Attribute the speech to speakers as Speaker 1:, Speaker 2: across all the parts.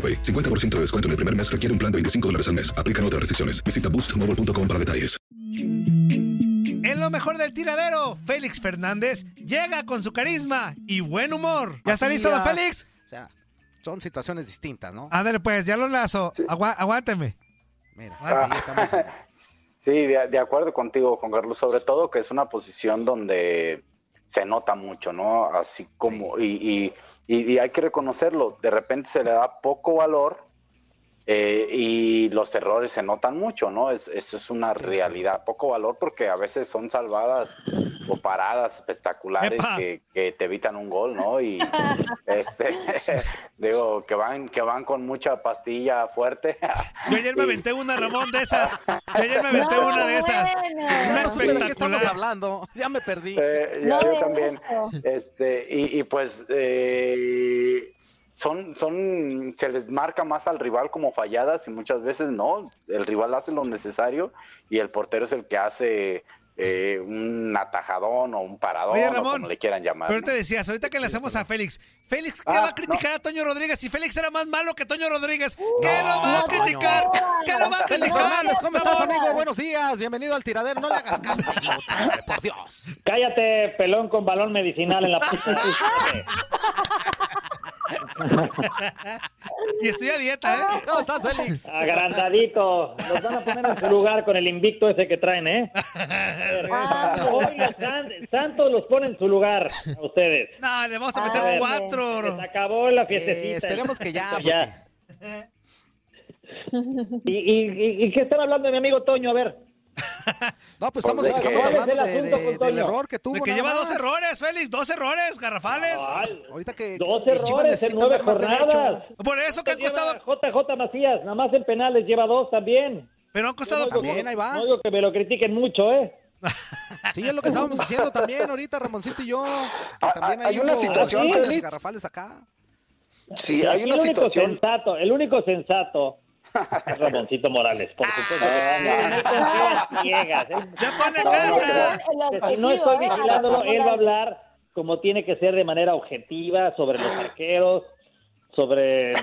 Speaker 1: 50% de descuento en el primer mes requiere un plan de 25 dólares al mes. Aplican otras restricciones. Visita boostmobile.com para detalles.
Speaker 2: En lo mejor del tiradero, Félix Fernández llega con su carisma y buen humor. ¿Ya está
Speaker 3: Así
Speaker 2: listo, don
Speaker 3: es.
Speaker 2: Félix?
Speaker 3: O sea, son situaciones distintas, ¿no?
Speaker 2: Ándale, pues, ya lo lazo. Agua- aguánteme.
Speaker 3: Mira,
Speaker 2: Ah.
Speaker 3: ahí estamos.
Speaker 4: Sí, de, de acuerdo contigo, Juan Carlos, sobre todo que es una posición donde se nota mucho, ¿no? Así como, y, y- y- y hay que reconocerlo, de repente se le da poco valor eh, y los errores se notan mucho, ¿no? Es, eso es una realidad, poco valor porque a veces son salvadas o paradas espectaculares
Speaker 2: ¡Epa!
Speaker 4: que, que te evitan un gol, ¿no? Y este, digo, que van, que van con mucha pastilla fuerte.
Speaker 2: Yo ayer me aventé una, Ramón, de esas. Yo ayer me aventé
Speaker 5: No,
Speaker 2: una de esas.
Speaker 5: bueno.
Speaker 2: Una
Speaker 3: No sé ¿De qué estamos
Speaker 2: espectacular.
Speaker 3: hablando? Ya me perdí.
Speaker 4: Eh,
Speaker 5: No,
Speaker 4: ya, yo
Speaker 5: de
Speaker 4: también.
Speaker 5: gusto.
Speaker 4: Este, y, y pues eh, son, son, se les marca más al rival como falladas y muchas veces no, el rival hace lo necesario y el portero es el que hace eh, un atajadón o un paradón
Speaker 2: Oye,
Speaker 4: o
Speaker 2: Ramón,
Speaker 4: como le quieran llamar.
Speaker 2: Pero te
Speaker 4: ¿no?
Speaker 2: decías, ahorita que le hacemos a Félix, Félix, ¿qué
Speaker 4: Ah,
Speaker 2: va a criticar a Toño Rodríguez? Si Félix era más malo que Toño Rodríguez, ¿qué lo va
Speaker 3: no,
Speaker 2: a
Speaker 3: Toño.
Speaker 2: criticar? ¿Qué lo va a
Speaker 3: Félix
Speaker 2: criticar?
Speaker 3: Fernández, ¿cómo estás,
Speaker 2: Ramón?
Speaker 3: amigo? Buenos días, bienvenido al tiradero. No le hagas caso, idiota, por Dios.
Speaker 6: Cállate, pelón con balón medicinal en la puta.
Speaker 2: Y estoy a dieta, ¿eh?
Speaker 3: ¿Cómo estás, Félix?
Speaker 6: Agrandadito. Los van a poner en su lugar con el invicto ese que traen, ¿eh?
Speaker 5: Ah,
Speaker 6: Hoy los San- Santos los pone en su lugar a ustedes.
Speaker 2: No, le vamos a
Speaker 5: Ah, bueno.
Speaker 2: meter cuatro.
Speaker 6: Se acabó la fiestecita.
Speaker 3: Eh, esperemos que ya,
Speaker 6: Ya. ¿Y, y, y- y qué están hablando de mi amigo Toño? A ver.
Speaker 3: No, pues
Speaker 4: Pues
Speaker 3: estamos,
Speaker 4: de
Speaker 3: estamos
Speaker 4: que- ¿Cuál es
Speaker 6: el
Speaker 3: hablando de-
Speaker 6: asunto
Speaker 3: de-
Speaker 6: con
Speaker 3: del
Speaker 6: Toño?
Speaker 3: error que tuvo.
Speaker 2: De que
Speaker 3: nada
Speaker 2: lleva dos
Speaker 3: más.
Speaker 2: errales, Félix, dos errores, garrafales.
Speaker 6: Ay,
Speaker 3: Ahorita que.
Speaker 6: dos
Speaker 3: que Chivas
Speaker 6: errores en
Speaker 3: necesita
Speaker 6: nueve
Speaker 3: dar más
Speaker 6: jornadas.
Speaker 3: derecho.
Speaker 2: Por eso que ha
Speaker 6: Lleva
Speaker 2: costado,
Speaker 6: JJ Macías, nada más en penales lleva dos también.
Speaker 2: pero han costado
Speaker 6: Yo no digo
Speaker 3: También,
Speaker 6: que-
Speaker 3: ahí va.
Speaker 6: No digo que me lo critiquen mucho, ¿eh?
Speaker 3: Sí, es lo que estábamos diciendo también ahorita, Ramoncito y yo. que
Speaker 7: Ah,
Speaker 3: también
Speaker 7: ah, hay una
Speaker 3: hubo
Speaker 6: situación,
Speaker 3: unos
Speaker 7: Félix.
Speaker 3: garrafales acá.
Speaker 7: Sí,
Speaker 6: Y
Speaker 7: hay
Speaker 6: aquí
Speaker 7: una
Speaker 6: el único
Speaker 7: situación.
Speaker 6: Sensato, el único sensato es Ramoncito Morales, por supuesto.
Speaker 5: Ah.
Speaker 6: Ah,
Speaker 4: Eh,
Speaker 6: No ciegas, él-
Speaker 2: Ya pone
Speaker 5: Todos
Speaker 4: no,
Speaker 5: tienen el
Speaker 2: casa.
Speaker 6: Si
Speaker 5: objetivo,
Speaker 6: no estoy
Speaker 5: ¿eh?
Speaker 6: vigilándolo, él va a
Speaker 5: Ahora,
Speaker 6: hablar como tiene que ser de manera objetiva sobre los arqueros, sobre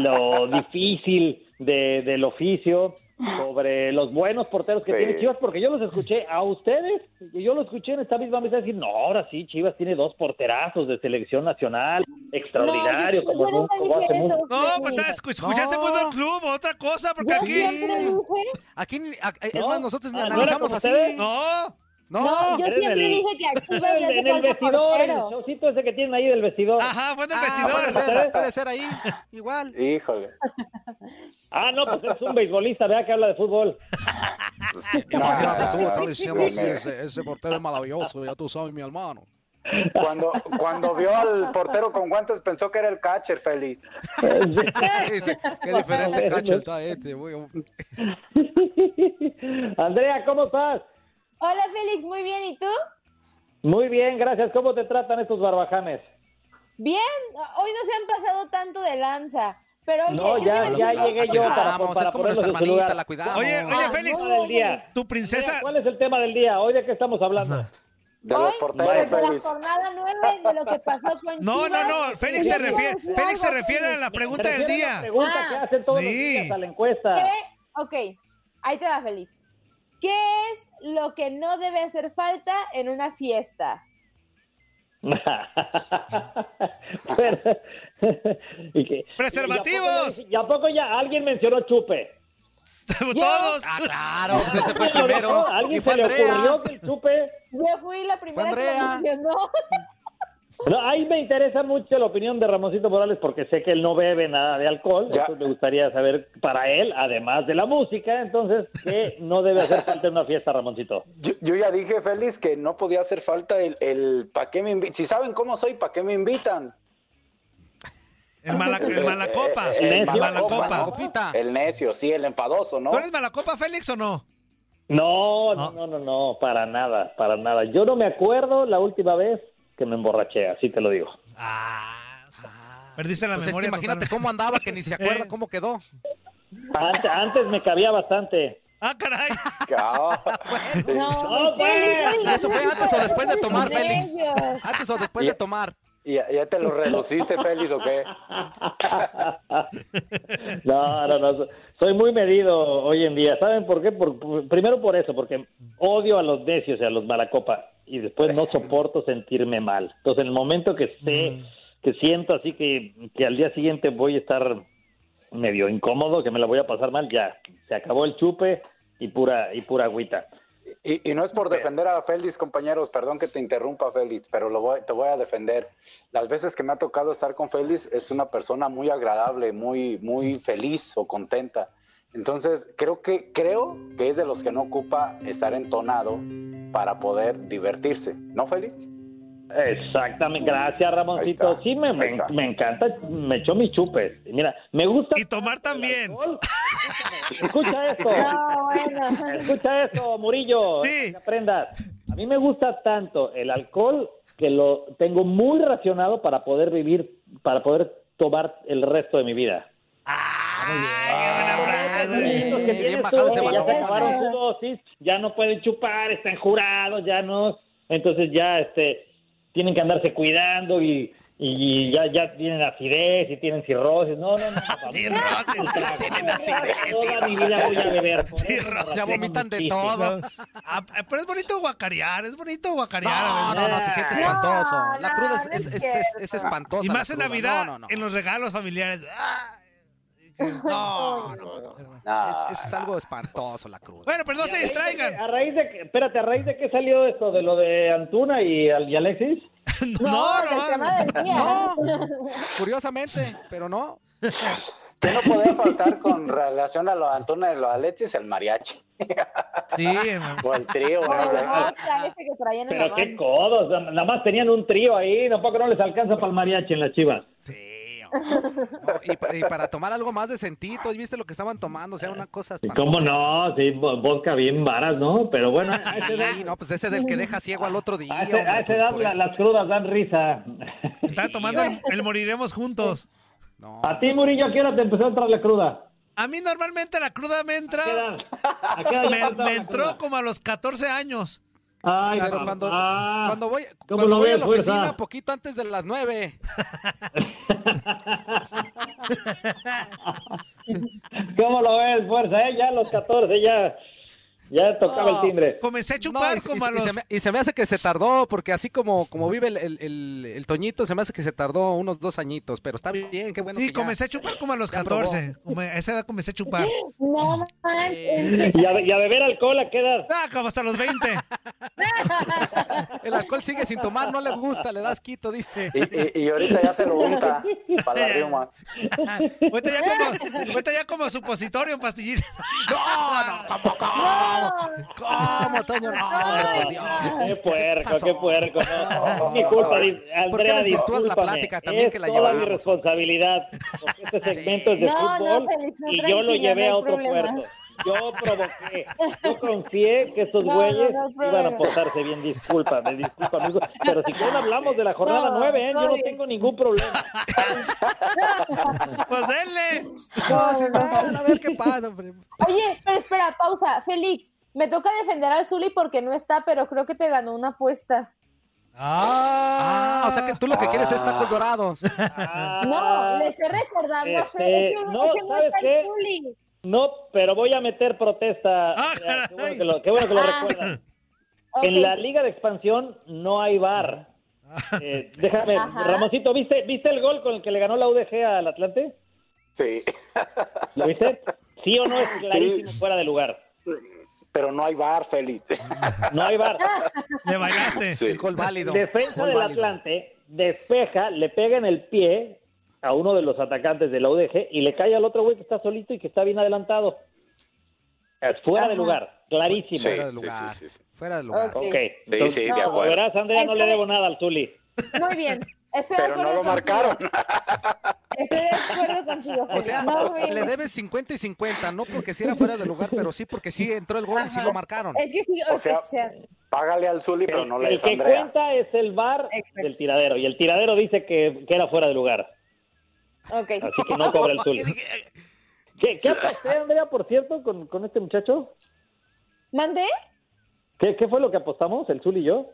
Speaker 6: lo difícil de- del oficio, sobre los buenos porteros que
Speaker 4: Sí.
Speaker 6: tiene Chivas, porque yo los escuché a ustedes, y yo los escuché en esta misma mesa decir, no, ahora sí, Chivas tiene dos porterazos de selección nacional, extraordinario,
Speaker 5: No, yo-
Speaker 6: como
Speaker 5: yo no
Speaker 6: nunca,
Speaker 5: dije
Speaker 6: como hace
Speaker 5: eso,
Speaker 6: mucho.
Speaker 2: No, pues
Speaker 5: Félix.
Speaker 2: está- escu- escuchaste
Speaker 3: No.
Speaker 2: Fútbol Club, otra cosa, porque
Speaker 5: Yo
Speaker 2: aquí.
Speaker 5: siempre dije
Speaker 3: Aquí, ni- a- eh, es
Speaker 6: No,
Speaker 3: más, nosotros ni
Speaker 6: ah, ¿no era
Speaker 3: analizamos
Speaker 6: como
Speaker 3: así.
Speaker 6: ustedes?
Speaker 2: No,
Speaker 3: No,
Speaker 5: No, yo
Speaker 6: Eres
Speaker 5: siempre
Speaker 6: el-
Speaker 5: dije que a Chivas le hace
Speaker 6: en el
Speaker 5: falta
Speaker 6: vestidor, en el
Speaker 5: portero. Ah.
Speaker 6: showcito ese que tienen ahí del vestidor.
Speaker 2: ajá, fue en el
Speaker 3: Ah,
Speaker 2: vestidor.
Speaker 3: puede ser, puede ser ahí, igual.
Speaker 4: Híjole.
Speaker 6: Ah, no, pues es un beisbolista, vea que habla de fútbol.
Speaker 3: Imagínate tú,
Speaker 4: Ah,
Speaker 3: estás diciendo así,
Speaker 4: dime.
Speaker 3: ese, ese portero es maravilloso, ya tú sabes, mi hermano.
Speaker 4: Cuando, cuando vio al portero con guantes pensó que era el catcher, Félix.
Speaker 3: Dice, Qué diferente cacho está este, güey.
Speaker 6: Andrea, ¿cómo estás?
Speaker 5: Hola Félix, muy bien, ¿y tú?
Speaker 6: Muy bien, gracias. ¿Cómo te tratan estos barbajanes?
Speaker 5: Bien, hoy no se han pasado tanto de lanza, pero oye,
Speaker 6: No,
Speaker 5: yo
Speaker 6: ya,
Speaker 5: te iba a
Speaker 6: ya
Speaker 5: decir-
Speaker 6: llegué yo para,
Speaker 3: Vamos,
Speaker 6: para
Speaker 3: es como
Speaker 6: ponerlos
Speaker 3: nuestra
Speaker 6: en su
Speaker 3: hermanita,
Speaker 6: lugar.
Speaker 3: la cuidamos.
Speaker 2: Oye, oye, Félix,
Speaker 6: ¿Cuál es el día?
Speaker 2: tu princesa.
Speaker 6: Andrea, ¿Cuál es el tema del día? ¿Hoy de qué estamos hablando?
Speaker 4: De los
Speaker 5: Hoy,
Speaker 6: pues,
Speaker 4: porteros,
Speaker 5: de la
Speaker 4: Félix.
Speaker 5: jornada 9 de lo que pasó con
Speaker 2: No, no,
Speaker 5: Chivas.
Speaker 2: no, Félix se
Speaker 5: Yo quiero
Speaker 2: refiere,
Speaker 5: decir
Speaker 2: Félix se
Speaker 5: algo,
Speaker 2: refiere a la pregunta
Speaker 6: Me
Speaker 2: del
Speaker 6: refiero a la
Speaker 2: día.
Speaker 6: pregunta que
Speaker 5: Ah.
Speaker 6: hacen todos los
Speaker 2: Sí.
Speaker 6: días a la encuesta.
Speaker 5: ¿Qué? Ok, ahí te va Félix. ¿Qué es lo que no debe hacer falta en una fiesta?
Speaker 6: ¿Y qué?
Speaker 2: Preservativos.
Speaker 6: ¿Y a poco ya- y a poco ya alguien mencionó chupe?
Speaker 2: Todos.
Speaker 3: Ah, claro, ese fue el
Speaker 6: ¿Alguien lo
Speaker 3: primero.
Speaker 6: dijo? ¿A
Speaker 3: Y
Speaker 6: alguien
Speaker 3: fue
Speaker 6: se le
Speaker 3: Andrea.
Speaker 6: ocurrió que el chupe?
Speaker 5: Yo fui la primera que lo
Speaker 3: Andrea.
Speaker 5: mencionó.
Speaker 6: No, ahí me interesa mucho la opinión de Ramoncito Morales porque sé que él no bebe nada de alcohol.
Speaker 4: Ya.
Speaker 6: Entonces me gustaría saber para él, además de la música, entonces, ¿qué no debe hacer falta en una fiesta, Ramoncito?
Speaker 4: Yo, yo ya dije, Félix, que no podía hacer falta el, el ¿para qué me invitan? Si saben cómo soy, ¿para qué me invitan?
Speaker 2: El, mala, el malacopa.
Speaker 4: El
Speaker 2: El
Speaker 6: necio.
Speaker 2: malacopa.
Speaker 3: Copita.
Speaker 4: El necio, sí, el enfadoso, ¿no?
Speaker 2: ¿Tú eres malacopa, Félix, o no?
Speaker 6: No,
Speaker 2: No.
Speaker 6: no, no, no, no, para nada, para nada. Yo no me acuerdo la última vez que me emborraché, así te lo digo.
Speaker 2: Ah, perdiste la
Speaker 3: Pues es que
Speaker 2: memoria.
Speaker 3: imagínate
Speaker 2: totalmente.
Speaker 3: cómo andaba, que ni se acuerda
Speaker 2: Eh.
Speaker 3: cómo quedó.
Speaker 6: Antes, antes me cabía bastante.
Speaker 2: Ah, caray.
Speaker 4: Ah,
Speaker 5: No,
Speaker 6: No,
Speaker 5: mi Félix,
Speaker 6: pues.
Speaker 5: Félix,
Speaker 3: ¿Eso fue
Speaker 5: no
Speaker 3: antes o después de
Speaker 5: seas
Speaker 3: tomar, Félix?
Speaker 5: nervios.
Speaker 3: Antes o después de tomar.
Speaker 4: ¿y ya, ya te lo reluciste, Félix, ¿o qué?
Speaker 6: No, no, no. Soy muy medido hoy en día. ¿Saben por qué? Por- por- primero por eso, porque odio a los necios y a los malacopa. Y después no soporto sentirme mal. Entonces, en el momento que sé, que siento así que, que al día siguiente voy a estar medio incómodo, que me la voy a pasar mal, ya. Se acabó el chupe y pura, y pura agüita.
Speaker 4: Y, y no es por defender a Félix, compañeros, perdón que te interrumpa, Félix, pero lo voy- te voy a defender. Las veces que me ha tocado estar con Félix, es una persona muy agradable, muy, muy feliz o contenta. Entonces, creo que, creo que es de los que no ocupa estar entonado para poder divertirse, ¿no, Félix?
Speaker 6: Exactamente, gracias Ramoncito.
Speaker 4: Ahí está,
Speaker 6: Sí, me,
Speaker 4: ahí
Speaker 6: me,
Speaker 4: está.
Speaker 6: me encanta, me echó mis chupes. Y Mira, me gusta.
Speaker 2: Y tomar también.
Speaker 6: Alcohol. Escúchame, Escucha esto.
Speaker 5: No, bueno.
Speaker 6: Escucha esto, Murillo.
Speaker 2: Sí.
Speaker 6: que aprendas. A mí me gusta tanto el alcohol que lo tengo muy racionado para poder vivir, para poder tomar el resto de mi vida.
Speaker 3: Ah,
Speaker 2: Ay, qué buena frase.
Speaker 6: Eso que
Speaker 3: Eh, bien
Speaker 6: tienes
Speaker 3: bajado
Speaker 6: tú,
Speaker 3: ese
Speaker 6: que ya
Speaker 3: balón,
Speaker 6: se acabaron
Speaker 5: ¿no?
Speaker 6: su dosis, ya no pueden chupar, están jurados, ya no. Entonces ya este tienen que andarse cuidando y, y ya, ya tienen acidez y tienen cirrosis. No, no, no.
Speaker 2: Cirrosis, tienen acidez,
Speaker 6: Toda mi vida voy a beber. por eso,
Speaker 2: Cirrosis.
Speaker 3: Ya
Speaker 6: razón,
Speaker 3: vomitan de
Speaker 6: sí, sí.
Speaker 3: todo.
Speaker 2: Ah, pero es bonito guacarear, es bonito guacarear. a
Speaker 3: No,
Speaker 2: veces.
Speaker 3: no, no, se siente
Speaker 6: No,
Speaker 3: espantoso. La
Speaker 5: no,
Speaker 3: cruda
Speaker 5: no
Speaker 3: es,
Speaker 5: es
Speaker 3: es, es,
Speaker 5: cierto.
Speaker 3: es espantosa.
Speaker 2: Y
Speaker 3: la
Speaker 2: más en
Speaker 3: cruda.
Speaker 2: Navidad,
Speaker 3: No, no, no.
Speaker 2: en los regalos familiares. Ah.
Speaker 3: No, no, no.
Speaker 4: Nah.
Speaker 3: Es, es algo espantoso la cruda.
Speaker 2: Bueno, pero no se distraigan.
Speaker 6: A raíz de que, espérate, a raíz de qué salió esto de lo de Antuna y, y Alexis.
Speaker 2: No, no,
Speaker 5: del tema del día.
Speaker 3: No, curiosamente, pero no.
Speaker 4: Que no podía faltar con relación a los Antunes y los Alexis? El mariachi
Speaker 2: Sí, mam.
Speaker 4: o el trío.
Speaker 5: Por
Speaker 4: ¿no?
Speaker 5: el vodka ese que traían en la
Speaker 6: Pero qué
Speaker 5: mano.
Speaker 6: codos, nada más tenían un trío ahí, tampoco no les alcanza para el mariachi en las chivas.
Speaker 2: sí.
Speaker 3: No, y, pa- y para tomar algo más de sentito, ¿viste lo que estaban tomando? O sea, una cosa
Speaker 6: Sí,
Speaker 3: espantosa.
Speaker 6: ¿Cómo no? Sí, vo- vodka bien varas, ¿no? Pero bueno, a esa edad,
Speaker 3: Sí, no, pues ese del que deja ciego al otro día.
Speaker 6: a esa- a
Speaker 3: hombre,
Speaker 6: esa
Speaker 3: pues,
Speaker 6: edad
Speaker 3: por
Speaker 6: la-
Speaker 3: eso.
Speaker 6: las crudas dan risa.
Speaker 2: Está tomando el, el moriremos juntos.
Speaker 3: No.
Speaker 6: A ti, Murillo, ¿a qué hora te empezó a entrar la cruda?
Speaker 2: A mí normalmente la cruda me entra.
Speaker 6: ¿A qué edad? ¿A qué edad ya te
Speaker 2: Me, me
Speaker 6: entraba la
Speaker 2: entró
Speaker 6: cruda?
Speaker 2: como a los 14 años.
Speaker 6: Ay,
Speaker 3: Pero
Speaker 6: papá.
Speaker 3: cuando, cuando voy,
Speaker 6: Ah, ¿Cómo
Speaker 3: cuando
Speaker 6: no
Speaker 3: voy a
Speaker 6: ves
Speaker 3: la
Speaker 6: fuerza?
Speaker 3: oficina, poquito antes de las nueve.
Speaker 6: ¿Cómo lo ves, fuerza? eh? Ya a los 14, ya. Ya
Speaker 3: No,
Speaker 6: tocaba el timbre.
Speaker 2: Comencé a
Speaker 3: No,
Speaker 2: chupar
Speaker 3: y- y-
Speaker 2: como a
Speaker 3: y se
Speaker 2: los...
Speaker 3: me- y se me hace que se tardó, porque así como, como vive el, el- el- el Toñito, se me hace que se tardó unos dos añitos, pero está bien, qué bueno.
Speaker 2: sí,
Speaker 3: que ya-
Speaker 2: comencé a chupar como a los
Speaker 3: ya probó.
Speaker 2: 14. Como a esa edad comencé a chupar.
Speaker 5: No manches, en
Speaker 6: Y
Speaker 5: serio.
Speaker 6: a, be- y a beber alcohol a qué edad?
Speaker 2: Ah, como hasta los 20.
Speaker 3: El alcohol sigue sin tomar, no le gusta, le das quito, dice.
Speaker 4: Y, y- y ahorita ya se lo unta para la riuma.
Speaker 2: Ahorita ya como, ahorita ya como supositorio en pastillitas.
Speaker 3: No, no, ¿cómo, cómo?
Speaker 5: No,
Speaker 3: ¿Cómo, Toño? No,
Speaker 5: Ay,
Speaker 3: por Dios.
Speaker 6: Qué puerco,
Speaker 3: pasó?
Speaker 6: qué puerco. No,
Speaker 3: No,
Speaker 6: es mi
Speaker 3: no,
Speaker 6: culpa,
Speaker 3: no.
Speaker 6: di- Andrea,
Speaker 3: ¿Por qué desvirtúas la
Speaker 6: discúlpame.
Speaker 3: plática también
Speaker 6: es
Speaker 3: que la
Speaker 6: toda mi
Speaker 3: llevábamos?
Speaker 6: responsabilidad. porque Este segmento es de
Speaker 5: No, no,
Speaker 6: fútbol
Speaker 5: Félix, no,
Speaker 6: y yo lo
Speaker 5: tranquilo,
Speaker 6: llevé
Speaker 5: no hay
Speaker 6: a otro
Speaker 5: problema.
Speaker 6: puerto. Yo provoqué. Yo confié que estos
Speaker 5: No, no,
Speaker 6: güeyes
Speaker 5: no hay
Speaker 6: iban a
Speaker 5: problema.
Speaker 6: portarse bien. Discúlpame, discúlpame. hijo. Pero si quieren hablamos de la jornada
Speaker 5: No,
Speaker 6: 9, ¿eh? yo no
Speaker 5: sorry.
Speaker 6: tengo ningún problema.
Speaker 2: Pues denle.
Speaker 3: eh". No, sí, no, a ver qué pasa, hombre.
Speaker 5: Oye, pero espera, pausa. Félix, me toca defender al Zuli porque no está, pero creo que te ganó una apuesta.
Speaker 3: Ah, o sea que tú lo que quieres es tacos dorados.
Speaker 5: No, le estoy recordando a Félix.
Speaker 6: Ah. este,
Speaker 5: Es que
Speaker 6: no,
Speaker 5: es que
Speaker 6: ¿sabes
Speaker 5: está el
Speaker 6: qué?
Speaker 5: Zuli.
Speaker 6: No, pero voy a meter protesta.
Speaker 2: Ah,
Speaker 6: Andrea, qué bueno
Speaker 2: caray.
Speaker 6: que lo, qué bueno que lo
Speaker 5: Ah.
Speaker 6: recuerdas.
Speaker 5: Ok.
Speaker 6: En la Liga de Expansión no hay bar.
Speaker 2: Ah.
Speaker 6: Eh, déjame,
Speaker 5: Ajá.
Speaker 6: Ramoncito, ¿viste, ¿viste el gol con el que le ganó la UDG al Atlante?
Speaker 4: Sí,
Speaker 6: ¿Lo viste? Sí o no es clarísimo fuera de lugar.
Speaker 4: pero no hay bar, Félix.
Speaker 6: No hay bar.
Speaker 2: Le bailaste.
Speaker 4: Sí.
Speaker 3: Es gol válido.
Speaker 6: Defensa
Speaker 3: Gol
Speaker 6: del
Speaker 3: válido.
Speaker 5: ¿eh?
Speaker 6: Atlante despeja, le pega en el pie a uno de los atacantes de la UDG y le cae al otro güey que está solito y que está bien adelantado. Es fuera de
Speaker 5: Ajá.
Speaker 6: lugar, clarísimo.
Speaker 4: Sí,
Speaker 3: Fuera de
Speaker 4: sí,
Speaker 3: lugar.
Speaker 4: sí, sí, sí.
Speaker 3: Fuera de lugar.
Speaker 5: Ok.
Speaker 6: Ok.
Speaker 4: Sí,
Speaker 6: Entonces,
Speaker 4: sí, de
Speaker 5: No,
Speaker 6: Como
Speaker 4: acuerdo.
Speaker 6: verás, Andrea, no le
Speaker 5: Ahí está.
Speaker 6: debo nada al Zuli.
Speaker 5: Muy bien. Estoy de
Speaker 4: Pero no
Speaker 5: acuerdo
Speaker 4: lo
Speaker 5: contigo.
Speaker 4: marcaron.
Speaker 5: Estoy de acuerdo contigo.
Speaker 3: O sea,
Speaker 5: Félix. No, muy
Speaker 3: le
Speaker 5: bien.
Speaker 3: debes 50 y 50, no porque si era fuera de lugar, pero sí porque sí entró el gol y sí
Speaker 5: Ajá.
Speaker 3: lo marcaron.
Speaker 5: Es que sí, o,
Speaker 4: O sea,
Speaker 5: sea,
Speaker 4: Págale al Zuli, pero no le
Speaker 6: el
Speaker 4: des
Speaker 6: que
Speaker 4: a Andrea.
Speaker 6: cuenta es el bar
Speaker 5: Exacto.
Speaker 6: del tiradero. Y el tiradero dice que, que era fuera de lugar.
Speaker 5: ok.
Speaker 6: Así que no cobra el Zuli. ¿Qué, qué aposté, Andrea, por cierto, con, con este muchacho?
Speaker 5: ¿Mandé?
Speaker 6: ¿Qué, ¿Qué fue lo que apostamos, el Zuli y yo?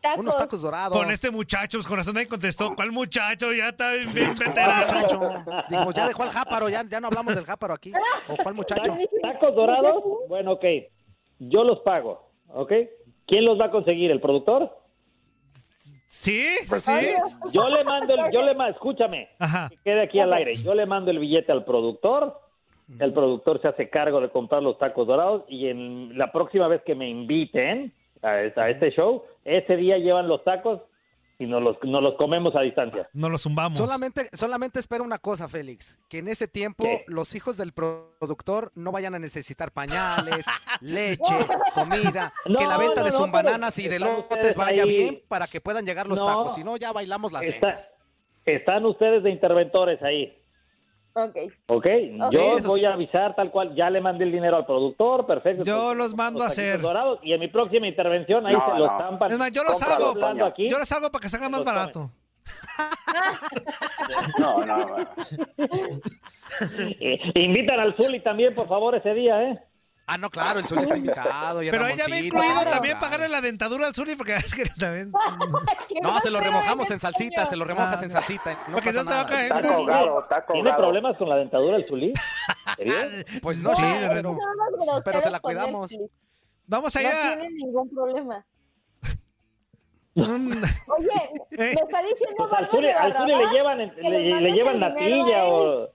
Speaker 5: Tacos.
Speaker 3: Unos tacos dorados.
Speaker 2: Con este muchacho, pues con razón nadie contestó. ¿Cuál muchacho? Ya está bien, bien
Speaker 3: ¿Cuál
Speaker 2: veterano.
Speaker 3: muchacho? Digo, ya dejó al jáparo, ya, ya no hablamos del jáparo aquí. ¿O cuál muchacho?
Speaker 5: Ay,
Speaker 6: ¿Tacos dorados? Bueno, ok. Yo los pago, ¿ok? ¿Quién los va a conseguir? ¿El productor?
Speaker 2: ¿Sí?
Speaker 3: Pues,
Speaker 2: ¿Sí?
Speaker 6: Yo le mando el... Yo le ma- escúchame.
Speaker 2: Ajá.
Speaker 6: que quede aquí al aire. Yo le mando el billete al productor, el productor se hace cargo de comprar los tacos dorados y en la próxima vez que me inviten a, a este show, ese día llevan los tacos y nos los, nos los comemos a distancia.
Speaker 2: No lo zumbamos.
Speaker 3: Solamente, solamente espero una cosa, Félix, que en ese tiempo
Speaker 6: ¿Qué?
Speaker 3: los hijos del pro- productor no vayan a necesitar pañales, leche, comida,
Speaker 6: No,
Speaker 3: que la venta
Speaker 6: no,
Speaker 3: de
Speaker 6: no,
Speaker 3: sus
Speaker 6: pero
Speaker 3: bananas y de
Speaker 6: están
Speaker 3: lotes
Speaker 6: ustedes
Speaker 3: vaya
Speaker 6: ahí.
Speaker 3: bien para que puedan llegar los
Speaker 6: No.
Speaker 3: tacos, si no ya bailamos las
Speaker 6: Está-
Speaker 3: ventas.
Speaker 6: están ustedes de interventores ahí.
Speaker 5: Ok.
Speaker 6: ¿Ok?
Speaker 3: eso
Speaker 6: Yo
Speaker 3: sí.
Speaker 6: voy a avisar tal cual. Ya le mandé el dinero al productor, perfecto.
Speaker 2: Yo
Speaker 6: Entonces,
Speaker 2: los mando a
Speaker 6: taquitos
Speaker 2: hacer.
Speaker 6: dorados, y en mi próxima intervención ahí
Speaker 4: No,
Speaker 6: se los
Speaker 4: no.
Speaker 6: tampan.
Speaker 2: Es más, yo los
Speaker 4: Cómpralo,
Speaker 2: hago.
Speaker 4: Toño.
Speaker 6: Aquí.
Speaker 2: Yo los hago para que salga más
Speaker 6: Los comen.
Speaker 2: barato.
Speaker 4: No, no, no.
Speaker 6: Eh, invitan al Zuli también, por favor, ese día, ¿eh?
Speaker 3: Ah, no, claro, el sol está invitado. y el
Speaker 2: Pero ahí ya me
Speaker 3: Ramoncito,
Speaker 2: incluido
Speaker 3: claro.
Speaker 2: también pagarle la dentadura al Zuli porque es que también.
Speaker 3: No, se lo remojamos
Speaker 5: ¿eh,
Speaker 3: en salsita, se lo remojas
Speaker 2: Ah,
Speaker 3: en salsita. eh, No
Speaker 2: porque
Speaker 3: pasa
Speaker 2: no te va a
Speaker 3: nada.
Speaker 2: caer.
Speaker 4: Está colgado, está
Speaker 6: ¿Tiene
Speaker 4: colgado.
Speaker 6: problemas con la dentadura el Zulí? ¿Serio?
Speaker 3: Pues no,
Speaker 2: Sí,
Speaker 3: pero-
Speaker 2: pero-
Speaker 3: pero se la cuidamos.
Speaker 2: Vamos
Speaker 5: No
Speaker 2: allá.
Speaker 5: tiene ningún problema.
Speaker 2: Mm,
Speaker 5: Oye, me está diciendo
Speaker 6: Pues al
Speaker 5: Bárbara
Speaker 6: Zuli, al Zuli le
Speaker 5: Barrabás
Speaker 6: llevan, en-
Speaker 5: que
Speaker 6: le, le
Speaker 5: mandes
Speaker 6: llevan
Speaker 5: el
Speaker 6: natilla
Speaker 5: dinero a él.
Speaker 6: o...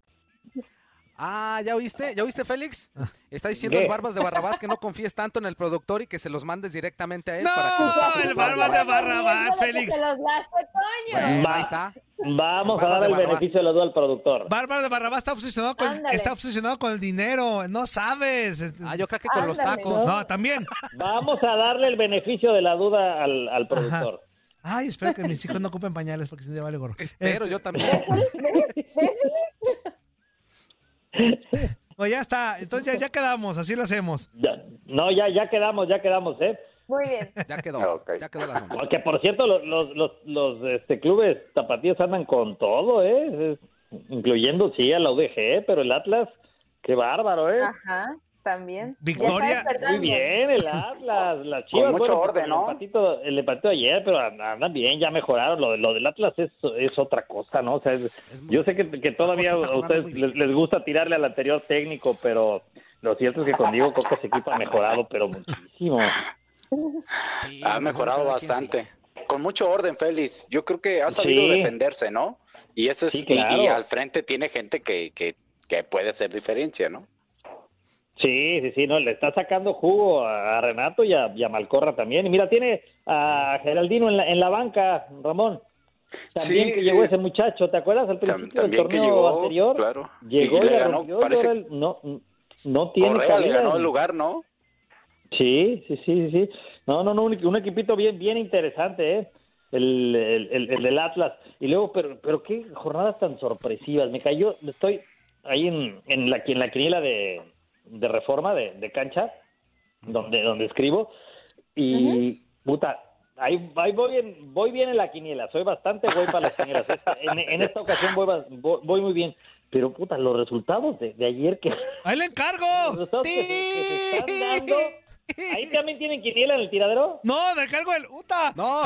Speaker 3: Ah, ¿ya oíste? ¿Ya oíste, Félix? Está diciendo
Speaker 6: ¿Qué?
Speaker 3: el Barbas de Barrabás que no confíes tanto en el productor y que se los mandes directamente a él para que...
Speaker 2: No, el barba de Barrabás,
Speaker 5: Viendo de que
Speaker 2: Félix.
Speaker 5: Se los gasto, Toño.
Speaker 3: Bueno,
Speaker 6: Va.
Speaker 3: ahí está. Barbas
Speaker 6: Vamos a dar
Speaker 3: de
Speaker 6: el
Speaker 3: Barrabás.
Speaker 6: beneficio de la duda al productor.
Speaker 2: Bárbara de Barrabás está obsesionado con,
Speaker 5: Ándale.
Speaker 2: está obsesionado con el dinero. No sabes.
Speaker 3: Ah, yo creo que con los
Speaker 5: Ándale,
Speaker 3: tacos.
Speaker 2: No, también.
Speaker 6: Vamos a darle el beneficio de la duda al, al productor.
Speaker 2: Ay, espero que mis hijos no ocupen pañales porque si no ya vale gorro.
Speaker 3: Espero
Speaker 2: Eh,
Speaker 3: yo también.
Speaker 5: ¿Ves, Félix?
Speaker 2: Pues ya está, entonces ya, ya quedamos, así lo hacemos.
Speaker 6: Ya, no, ya, ya quedamos, ya quedamos, ¿eh?
Speaker 5: Muy bien.
Speaker 3: Ya quedó,
Speaker 4: Ok.
Speaker 3: ya quedó la nota.
Speaker 6: Que por cierto, los, los, los, los, este, clubes tapatíos andan con todo, ¿eh? Es- Incluyendo, sí, a la UDG, pero el Atlas, qué bárbaro, ¿eh?
Speaker 5: Ajá, también. Ya
Speaker 2: Victoria.
Speaker 5: está despertando.
Speaker 6: Muy bien, el Atlas, las chivas.
Speaker 4: Con mucho orden, ¿no?
Speaker 6: El empatito, el empatito ayer, pero andan bien, ya mejoraron. Lo, de- lo del Atlas es, es otra cosa, ¿no? O sea, es-
Speaker 3: muy-
Speaker 6: yo sé que, que todavía
Speaker 3: Acosta está
Speaker 6: a
Speaker 3: jugando
Speaker 6: ustedes
Speaker 3: muy bien.
Speaker 6: les, les gusta tirarle al anterior técnico, pero lo cierto es que con Diego Coca ese equipo ha mejorado, pero muchísimo.
Speaker 3: Sí,
Speaker 4: Ha
Speaker 3: pues,
Speaker 4: mejorado
Speaker 3: cada quien
Speaker 4: bastante. Con mucho orden, Félix. Yo creo que ha sabido
Speaker 6: Sí.
Speaker 4: defenderse, ¿no? Y eso es,
Speaker 6: Sí,
Speaker 4: y- y,
Speaker 6: claro.
Speaker 4: al frente tiene gente que, que, que puede hacer diferencia, ¿no?
Speaker 6: Sí, sí, sí, no, le está sacando jugo a, a Renato y a, y a Malcorra también. Y mira, tiene a Geraldino en la, en la banca, Ramón. También
Speaker 4: Sí,
Speaker 6: que llegó
Speaker 4: eh,
Speaker 6: ese muchacho, ¿te acuerdas? Al
Speaker 4: Tam-
Speaker 6: principio del
Speaker 4: también que
Speaker 6: torneo
Speaker 4: llegó,
Speaker 6: anterior.
Speaker 4: claro.
Speaker 6: Llegó
Speaker 4: y
Speaker 6: y
Speaker 4: le
Speaker 6: la
Speaker 4: ganó,
Speaker 6: rompió,
Speaker 4: parece
Speaker 6: ahora él no, no
Speaker 4: que
Speaker 6: tiene
Speaker 4: Correa le
Speaker 6: cabida.
Speaker 4: ganó el lugar, ¿no?
Speaker 6: Sí, sí, sí, sí. No, no, no, un, un equipito bien, bien interesante, ¿eh? El, el, el- el del Atlas. Y luego, pero, pero qué jornadas tan sorpresivas. Me cayó, estoy ahí en, en la en la quiniela de, de reforma de, de cancha, donde, donde escribo. Y puta, ahí, ahí voy, en- voy bien en la quiniela, soy bastante güey para las quinielas. En, en esta ocasión voy, bas- voy, voy muy bien. Pero puta, los resultados de, de ayer que
Speaker 2: ¡Ahí le encargo!
Speaker 6: los resultados que se, que se están dando. Ahí también tienen quiniela en el tiradero.
Speaker 2: No, le encargo el Uta.
Speaker 3: No,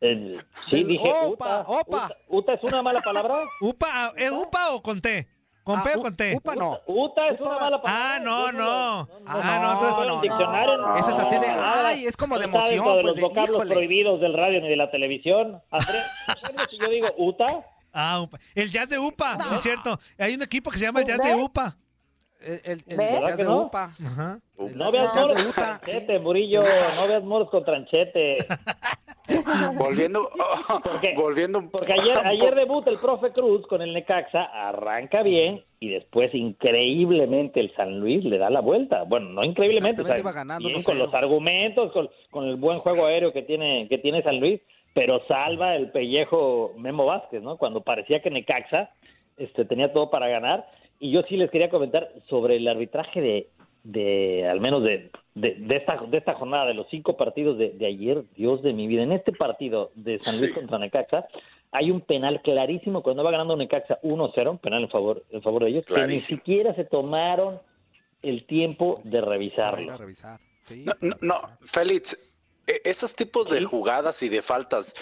Speaker 6: El- sí,
Speaker 3: El
Speaker 6: dije.
Speaker 3: opa,
Speaker 6: uta,
Speaker 3: opa.
Speaker 6: Uta, uta es una mala palabra.
Speaker 2: Upa, ¿es upa o con T? ¿Con P
Speaker 3: Ah,
Speaker 2: o
Speaker 3: u-
Speaker 2: con T?
Speaker 3: Upa no.
Speaker 6: Uta es
Speaker 3: Uta
Speaker 6: una
Speaker 3: va-
Speaker 6: mala palabra.
Speaker 2: Ah, no,
Speaker 6: Yo
Speaker 2: no.
Speaker 6: no,
Speaker 2: Ah, no, entonces
Speaker 6: no,
Speaker 2: no.
Speaker 6: el diccionario no.
Speaker 3: Eso es así de,
Speaker 6: Nada.
Speaker 3: ay, es como de
Speaker 6: No saben
Speaker 3: emoción,
Speaker 6: lo de
Speaker 3: pues,
Speaker 6: los
Speaker 3: de,
Speaker 6: vocablos
Speaker 3: híjole.
Speaker 6: prohibidos del radio ni de la televisión. Andrés, ¿recuerdas si yo digo Uta?
Speaker 2: Ah, upa. El jazz de upa, sí es cierto. Hay un equipo que se llama el jazz de
Speaker 5: ¿Ves?
Speaker 2: upa.
Speaker 3: el, el, el
Speaker 5: ¿Ves?
Speaker 3: que
Speaker 6: ¿Verdad que
Speaker 3: hace
Speaker 6: no?
Speaker 3: upa.
Speaker 2: Ajá.
Speaker 6: No veas
Speaker 5: No.
Speaker 6: moros
Speaker 3: Uta, sí.
Speaker 6: con tranchete, Murillo. No veas moros con tranchete.
Speaker 4: Volviendo,
Speaker 6: qué?
Speaker 4: volviendo un
Speaker 6: Porque ayer,
Speaker 4: un
Speaker 6: ayer debuta el profe Cruz con el Necaxa, arranca bien y después increíblemente el San Luis le da la vuelta. Bueno, no increíblemente, o sea,
Speaker 3: Exactamente, iba ganando
Speaker 6: bien
Speaker 3: 1-0.
Speaker 6: con los argumentos, con, con el buen juego aéreo que tiene, que tiene San Luis, pero salva el pellejo Memo Vázquez, ¿no? Cuando parecía que Necaxa este, tenía todo para ganar. Y yo sí les quería comentar sobre el arbitraje de, de al menos de, de, de esta, de esta jornada, de los cinco partidos de, de ayer, Dios de mi vida. En este partido de San Luis
Speaker 4: Sí.
Speaker 6: contra Necaxa, hay un penal clarísimo cuando va ganando Necaxa 1-0, un penal en favor, en favor de ellos, que ni
Speaker 4: Clarísimo.
Speaker 6: siquiera se tomaron el tiempo
Speaker 3: Para ir
Speaker 6: de
Speaker 3: a
Speaker 6: revisarlo.
Speaker 3: revisar. Sí.
Speaker 4: No, no, no, Félix, e- esos tipos de
Speaker 6: Sí.
Speaker 4: jugadas y de faltas,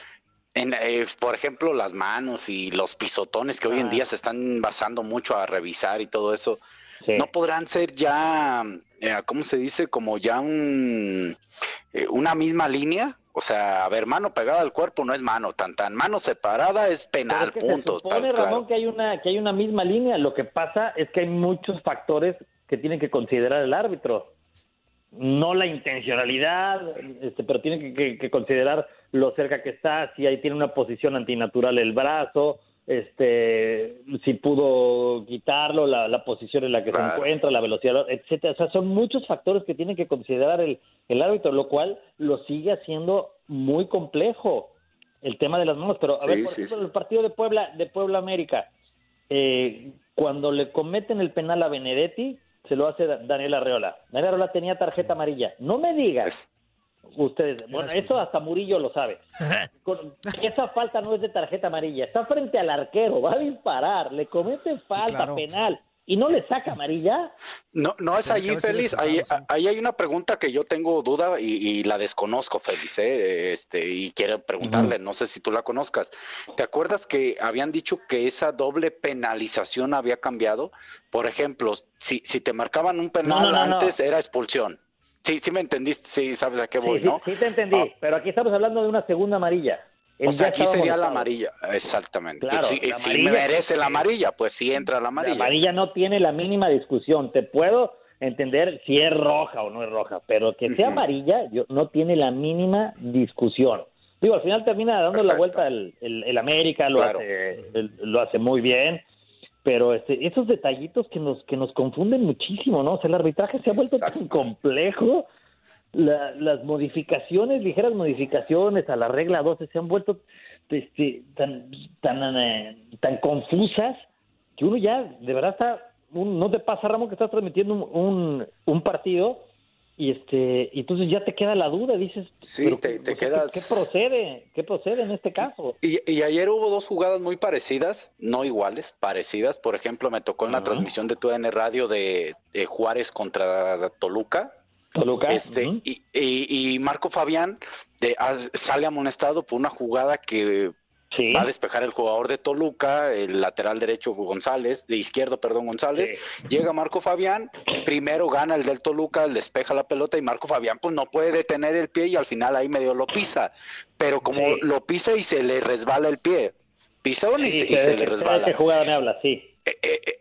Speaker 4: en, eh, por ejemplo, las manos y los pisotones que hoy en
Speaker 6: Ah.
Speaker 4: día se están basando mucho a revisar y todo eso,
Speaker 6: Sí.
Speaker 4: ¿no podrán ser ya, eh, cómo se dice, como ya un, eh, una misma línea? O sea, a ver, mano pegada al cuerpo no es mano, tan tan. Mano separada es
Speaker 6: Pero
Speaker 4: penal,
Speaker 6: es que
Speaker 4: punto.
Speaker 6: se supone,
Speaker 4: tal, claro.
Speaker 6: Ramón, que hay, una, que hay una misma línea. Lo que pasa es que hay muchos factores que tienen que considerar el árbitro. No la intencionalidad, este, pero tiene que, que- que considerar lo cerca que está, si ahí tiene una posición antinatural el brazo, este, si pudo quitarlo, la, la posición en la que
Speaker 4: Claro.
Speaker 6: se encuentra, la velocidad, etcétera. O sea, son muchos factores que tiene que considerar el, el árbitro, lo cual lo sigue haciendo muy complejo el tema de las manos, pero a
Speaker 4: Sí,
Speaker 6: ver, por
Speaker 4: sí,
Speaker 6: ejemplo,
Speaker 4: sí.
Speaker 6: el partido de Puebla, de Puebla América, eh, cuando le cometen el penal a Benedetti, se lo hace Da- Daniel Arreola. Daniel Arreola tenía tarjeta amarilla. No me digas,
Speaker 4: Es-
Speaker 6: ustedes, bueno, eso hasta Murillo lo sabe. Con- esa falta no es de tarjeta amarilla, está frente al arquero, va a disparar, le comete falta
Speaker 3: claro.
Speaker 6: penal y no le saca amarilla.
Speaker 4: No, no es
Speaker 3: Tiene que
Speaker 4: allí,
Speaker 3: haber sido
Speaker 4: Félix.
Speaker 3: expulsado,
Speaker 4: Ahí,
Speaker 3: sí.
Speaker 4: a- ahí hay una pregunta que yo tengo duda y, y la desconozco, Félix, ¿eh? Este, y quiero preguntarle, no sé si tú la conozcas. ¿Te acuerdas que habían dicho que esa doble penalización había cambiado? Por ejemplo, si, si te marcaban un penal
Speaker 6: no, no, no.
Speaker 4: antes, era expulsión. Sí, sí me entendiste, sí sabes a qué voy,
Speaker 6: sí,
Speaker 4: ¿no?
Speaker 6: sí, sí te entendí,
Speaker 4: Ah.
Speaker 6: pero aquí estamos hablando de una segunda amarilla. Él
Speaker 4: O sea,
Speaker 6: ya
Speaker 4: aquí
Speaker 6: estaba
Speaker 4: sería la
Speaker 6: molestado.
Speaker 4: amarilla, exactamente.
Speaker 6: Claro,
Speaker 4: si,
Speaker 6: la
Speaker 4: si
Speaker 6: amarilla.
Speaker 4: merece la amarilla, pues sí entra la amarilla.
Speaker 6: La amarilla no tiene la mínima discusión. Te puedo entender si es roja o no es roja, pero que sea
Speaker 4: Ujú.
Speaker 6: amarilla yo, no tiene la mínima discusión. Digo, al final termina dando la
Speaker 4: Perfecto.
Speaker 6: vuelta el, el- el América, lo,
Speaker 4: Claro.
Speaker 6: hace, el- lo hace muy bien, pero este, esos detallitos que nos, que nos confunden muchísimo, ¿no? O sea, el arbitraje se ha vuelto tan complejo. La- las modificaciones, ligeras modificaciones a la regla 12 se han vuelto este, tan, tan, eh, tan confusas que uno ya de verdad está, un- no te pasa, Ramón, que estás transmitiendo un, un, un partido y este y entonces ya te queda la duda, dices,
Speaker 4: Sí,
Speaker 6: pero,
Speaker 4: te- te
Speaker 6: o sea, ¿qué-
Speaker 4: quedas-
Speaker 6: ¿qué, procede? ¿Qué procede en este caso?
Speaker 4: Y, y ayer hubo dos jugadas muy parecidas, no iguales, parecidas. Por ejemplo, me tocó en la transmisión de TUDN Radio de, de Juárez contra Toluca.
Speaker 6: Toluca.
Speaker 4: Este, y, y- y Marco Fabián de- ah, sale amonestado por una jugada que
Speaker 6: Sí.
Speaker 4: va a despejar el jugador de Toluca, el lateral derecho González, de izquierdo, perdón, González. Llega Marco Fabián, primero gana el del Toluca, le despeja la pelota y Marco Fabián pues no puede detener el pie y al final ahí medio lo pisa. Pero como
Speaker 6: Sí.
Speaker 4: lo pisa y se le resbala el pie. Pisón y,
Speaker 6: Sí,
Speaker 4: se- y
Speaker 6: que-
Speaker 4: se le
Speaker 6: que- que-
Speaker 4: resbala. eh,
Speaker 6: que jugada me habla? Sí.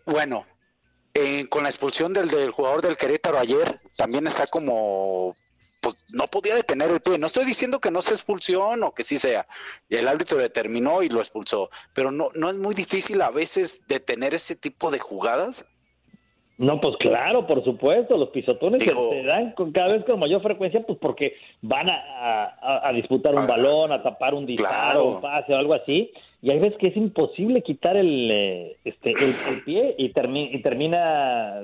Speaker 4: Bueno, eh, con la expulsión del, del jugador del Querétaro ayer, también está como, pues no podía detener el pie. No estoy diciendo que no sea expulsión o que sí sea. El árbitro determinó y lo expulsó. Pero no, no es muy difícil a veces detener ese tipo de jugadas.
Speaker 6: No, pues claro, por supuesto, los pisotones se,
Speaker 4: Digo-
Speaker 6: se dan con, cada vez con mayor frecuencia, pues porque van a, a- a- a disputar un
Speaker 4: Ah,
Speaker 6: balón, a tapar un disparo,
Speaker 4: claro.
Speaker 6: un pase o algo así, y hay veces que es imposible quitar el, eh, este, el, el pie y, termi- y termina,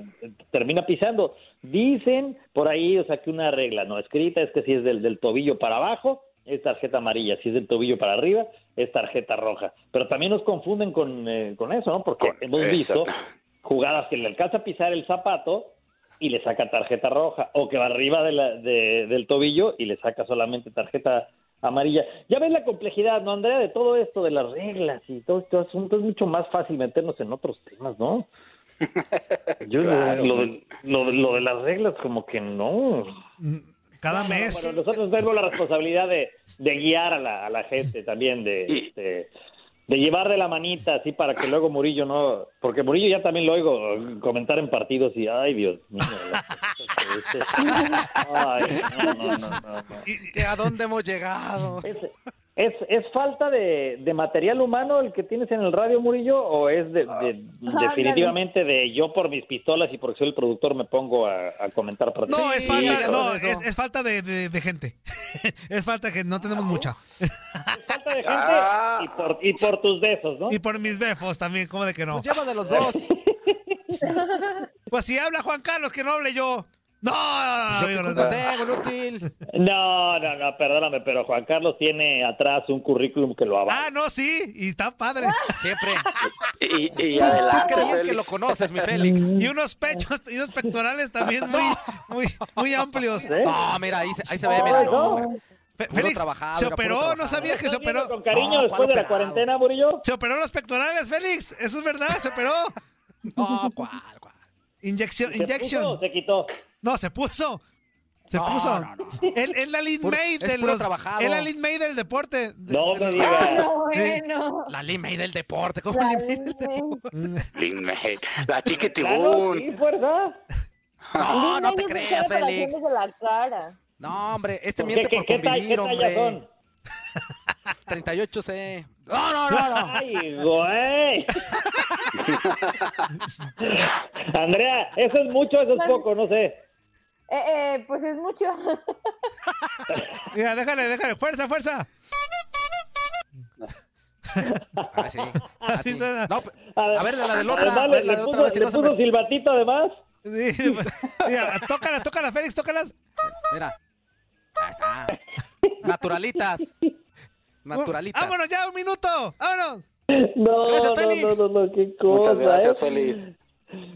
Speaker 6: termina pisando. Dicen por ahí, o sea, que una regla no escrita es que si es del, del tobillo para abajo, es tarjeta amarilla, si es del tobillo para arriba, es tarjeta roja. Pero también nos confunden con, eh, con eso, ¿no? Porque hemos visto
Speaker 4: Exacto.
Speaker 6: jugadas que le alcanza a pisar el zapato y le saca tarjeta roja, o que va arriba de la- de- del tobillo y le saca solamente tarjeta amarilla. Ya ves la complejidad, ¿no, Andrea? De todo esto, de las reglas y todo este asunto, es mucho más fácil meternos en otros temas, ¿no? Yo lo-
Speaker 4: Claro.
Speaker 6: lo, de- lo de- lo de las reglas como que no.
Speaker 2: Cada
Speaker 6: No, no,
Speaker 2: mes.
Speaker 6: bueno, nosotros tenemos la responsabilidad de, de guiar a la, a la gente también, de, este, de llevar de la manita así para que luego Murillo no... Porque Murillo ya también lo oigo comentar en partidos y, ay, Dios mío. las cosas que dice. Ay, no, no, no, no, no.
Speaker 3: ¿Que ¿A dónde hemos llegado?
Speaker 6: ¿Es, es falta de, de material humano el que tienes en el radio, Murillo? ¿O es de- de- definitivamente de yo por mis pistolas y porque soy el productor me pongo a, a comentar partidos?
Speaker 2: No, es falta,
Speaker 6: Eso.
Speaker 2: no, es, es falta de, de- de gente. es falta que no tenemos mucha.
Speaker 6: falta de gente y, por, y por tus besos, ¿no?
Speaker 2: Y por mis befos también, ¿cómo de que no?
Speaker 3: Pues lleva de los dos.
Speaker 2: Pues si habla Juan Carlos, que no hable yo. No,
Speaker 3: Pues Yo que
Speaker 2: amigo,
Speaker 3: como tengo, inútil.
Speaker 6: No, no, no, perdóname, pero Juan Carlos tiene atrás un currículum que lo avala.
Speaker 2: Ah, no, sí, y está padre.
Speaker 3: Siempre.
Speaker 4: Y, y
Speaker 3: Tú
Speaker 4: adelante,
Speaker 3: qué bien que
Speaker 4: Félix.
Speaker 3: lo conoces, mi Félix.
Speaker 2: Y unos pechos, y unos pectorales también muy, muy, muy amplios.
Speaker 6: ¿Eh?
Speaker 3: No, mira, ahí se, ahí se ve, mira, no,
Speaker 6: No.
Speaker 3: mira.
Speaker 2: Fe-
Speaker 3: Puro
Speaker 2: Félix,
Speaker 3: trabajado,
Speaker 2: ¿se
Speaker 3: era puro
Speaker 2: operó? ¿No
Speaker 3: trabajado.
Speaker 2: sabías que
Speaker 6: ¿Estás
Speaker 2: se
Speaker 6: viendo
Speaker 2: operó?
Speaker 6: con cariño
Speaker 3: No,
Speaker 6: después de la
Speaker 3: ¿cuál operado?
Speaker 6: cuarentales, Murillo?
Speaker 2: ¿Se operó los pectorales, Félix? ¿Eso es verdad? ¿Se operó?
Speaker 3: No, cuál, cuál.
Speaker 2: Inyección,
Speaker 6: ¿Se puso o
Speaker 2: inyección.
Speaker 6: se quitó?
Speaker 2: No, se puso. Se
Speaker 3: No,
Speaker 2: puso.
Speaker 3: no, no.
Speaker 2: Él es la lead
Speaker 3: Puro-
Speaker 2: maid
Speaker 3: es
Speaker 2: de
Speaker 3: puro
Speaker 2: los.
Speaker 3: trabajado.
Speaker 2: Es la lead maid del deporte. De-
Speaker 6: No
Speaker 2: de
Speaker 6: me
Speaker 2: los-
Speaker 6: digas.
Speaker 5: No, bueno.
Speaker 3: La lima y del deporte, ¿cómo
Speaker 5: La
Speaker 3: lima y del deporte?
Speaker 5: Disney.
Speaker 4: Dime, La
Speaker 6: Claro,
Speaker 4: chiquitibún.
Speaker 6: Ah, sí, fuerza.
Speaker 3: No, no
Speaker 5: Disney
Speaker 3: te
Speaker 5: dice que
Speaker 3: creas,
Speaker 5: era para
Speaker 3: Félix.
Speaker 5: hacerles de la cara.
Speaker 3: No, hombre, este
Speaker 6: ¿Por ¿Qué,
Speaker 3: miente
Speaker 6: qué,
Speaker 3: por
Speaker 6: qué, ta- qué
Speaker 3: convivir,
Speaker 6: tallas
Speaker 3: hombre.
Speaker 6: son?
Speaker 3: 38C. No, no, no, no.
Speaker 6: ¡Ay, güey! Andrea, eso es mucho, eso es poco, no sé.
Speaker 5: Eh, eh, pues es mucho.
Speaker 2: Mira, déjale, déjale. Fuerza, fuerza.
Speaker 3: Ah, sí.
Speaker 2: Así suena.
Speaker 3: No, pe- a ver, la del otro.
Speaker 6: Además,
Speaker 3: A
Speaker 6: le,
Speaker 3: ver, la
Speaker 6: le
Speaker 3: del
Speaker 6: puso,
Speaker 3: otro. a ver si
Speaker 6: le
Speaker 3: no se
Speaker 6: puso
Speaker 3: me-
Speaker 6: silbatito además.
Speaker 2: Sí, pues, mira, tócalas, tócalas, Félix, tócalas.
Speaker 3: Mira. Ahí está. Naturalitas. Naturalitas.
Speaker 2: Vámonos ya, un minuto. Vámonos.
Speaker 6: No,
Speaker 3: Gracias,
Speaker 6: no, no,
Speaker 3: Félix.
Speaker 6: no, no, qué cosa.
Speaker 4: Muchas gracias,
Speaker 6: ¿eh?
Speaker 4: Félix.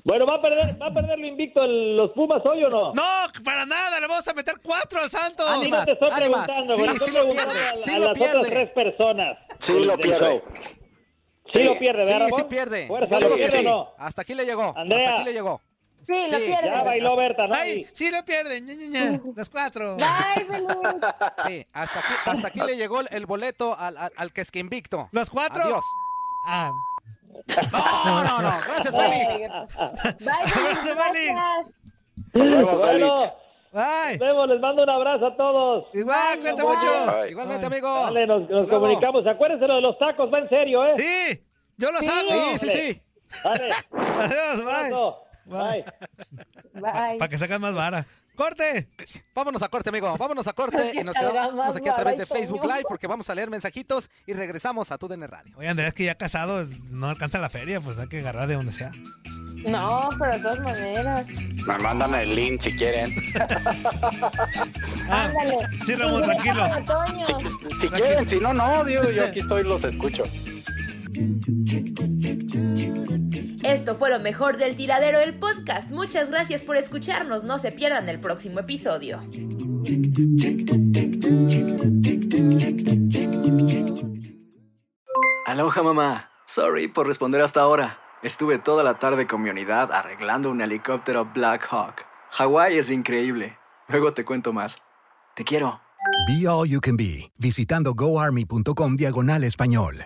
Speaker 6: Bueno, ¿va a perder, va a perder lo invicto el- los Pumas hoy o no?
Speaker 2: No, para nada, le vamos a meter cuatro al Santos.
Speaker 6: Sí,
Speaker 3: Ánimas,
Speaker 6: te estoy
Speaker 3: ánimas.
Speaker 6: preguntando,
Speaker 3: Sí,
Speaker 6: güey, te estoy
Speaker 3: sí lo
Speaker 6: preguntando
Speaker 3: pierde,
Speaker 6: a,
Speaker 3: sí
Speaker 6: a
Speaker 3: lo
Speaker 6: las
Speaker 3: pierde.
Speaker 6: otras tres personas.
Speaker 4: Sí,
Speaker 6: del-
Speaker 4: lo
Speaker 6: del
Speaker 4: pierde.
Speaker 6: show. Sí,
Speaker 4: Sí,
Speaker 6: lo pierde,
Speaker 3: Sí,
Speaker 6: ¿verdad,
Speaker 3: sí
Speaker 6: Ramón?
Speaker 3: pierde.
Speaker 6: Fuerza,
Speaker 3: Yo
Speaker 6: ¿lo
Speaker 3: digo que
Speaker 6: pierde o
Speaker 3: sí.
Speaker 6: no?
Speaker 3: Hasta aquí le llegó.
Speaker 6: Andrea.
Speaker 3: Hasta aquí le llegó.
Speaker 5: Sí, lo
Speaker 3: Sí,
Speaker 5: pierdes.
Speaker 6: Ya bailó Berta, ¿no?
Speaker 2: Ay, sí, lo pierden. Ña, Ña, Ña, Las cuatro.
Speaker 5: Bye, Félix.
Speaker 3: Sí, hasta aquí, hasta aquí le llegó el, el boleto al, al, al que es que invicto.
Speaker 2: ¿Los cuatro?
Speaker 3: Adiós.
Speaker 2: Ah,
Speaker 3: No, no, no. Gracias, Félix.
Speaker 5: Bye, Félix.
Speaker 2: Abrazo,
Speaker 5: gracias.
Speaker 2: Félix.
Speaker 4: Hasta luego,
Speaker 6: Bueno,
Speaker 4: Félix.
Speaker 2: bye.
Speaker 6: nos vemos, les mando un abrazo a todos.
Speaker 2: Igual,
Speaker 5: Bye,
Speaker 2: cuídate
Speaker 5: bye.
Speaker 2: mucho.
Speaker 4: Ay.
Speaker 3: Igualmente, amigo.
Speaker 6: Dale, nos, nos
Speaker 3: Luego.
Speaker 6: comunicamos. Acuérdense lo de los tacos, va en serio, ¿eh?
Speaker 2: Sí, yo los
Speaker 5: Sí.
Speaker 2: hago.
Speaker 3: Sí, sí, sí.
Speaker 6: Dale,
Speaker 2: Adiós, bye.
Speaker 6: abrazo. Bye.
Speaker 5: Bye.
Speaker 2: Para que sacas más vara. ¡Corte!
Speaker 3: Vámonos a corte, amigo. Vámonos a corte. Y nos
Speaker 8: Salga
Speaker 3: quedamos
Speaker 8: más
Speaker 3: aquí a través de
Speaker 8: barato,
Speaker 3: Facebook
Speaker 8: ¿no?
Speaker 3: Live porque vamos a leer mensajitos y regresamos a Tu DN Radio.
Speaker 2: Oye, Andrés, que ya casado no alcanza la feria, pues hay que agarrar de donde sea.
Speaker 8: No, pero de todas maneras.
Speaker 4: Me mandan el link si quieren.
Speaker 2: Ah,
Speaker 8: Ándale.
Speaker 2: sí, Ramón, tranquilo.
Speaker 8: Para Toño.
Speaker 4: Si quieren, si no, no, digo, yo aquí estoy, los escucho.
Speaker 8: Esto fue lo mejor del tiradero del podcast. Muchas gracias por escucharnos. No se pierdan el próximo episodio.
Speaker 9: Aloha mamá. Sorry por responder hasta ahora. Estuve toda la tarde con mi unidad arreglando un helicóptero Black Hawk. Hawái es increíble. Luego te cuento más. Te quiero.
Speaker 10: Be All You Can Be, visitando goarmy.com diagonal español.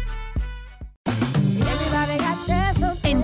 Speaker 6: En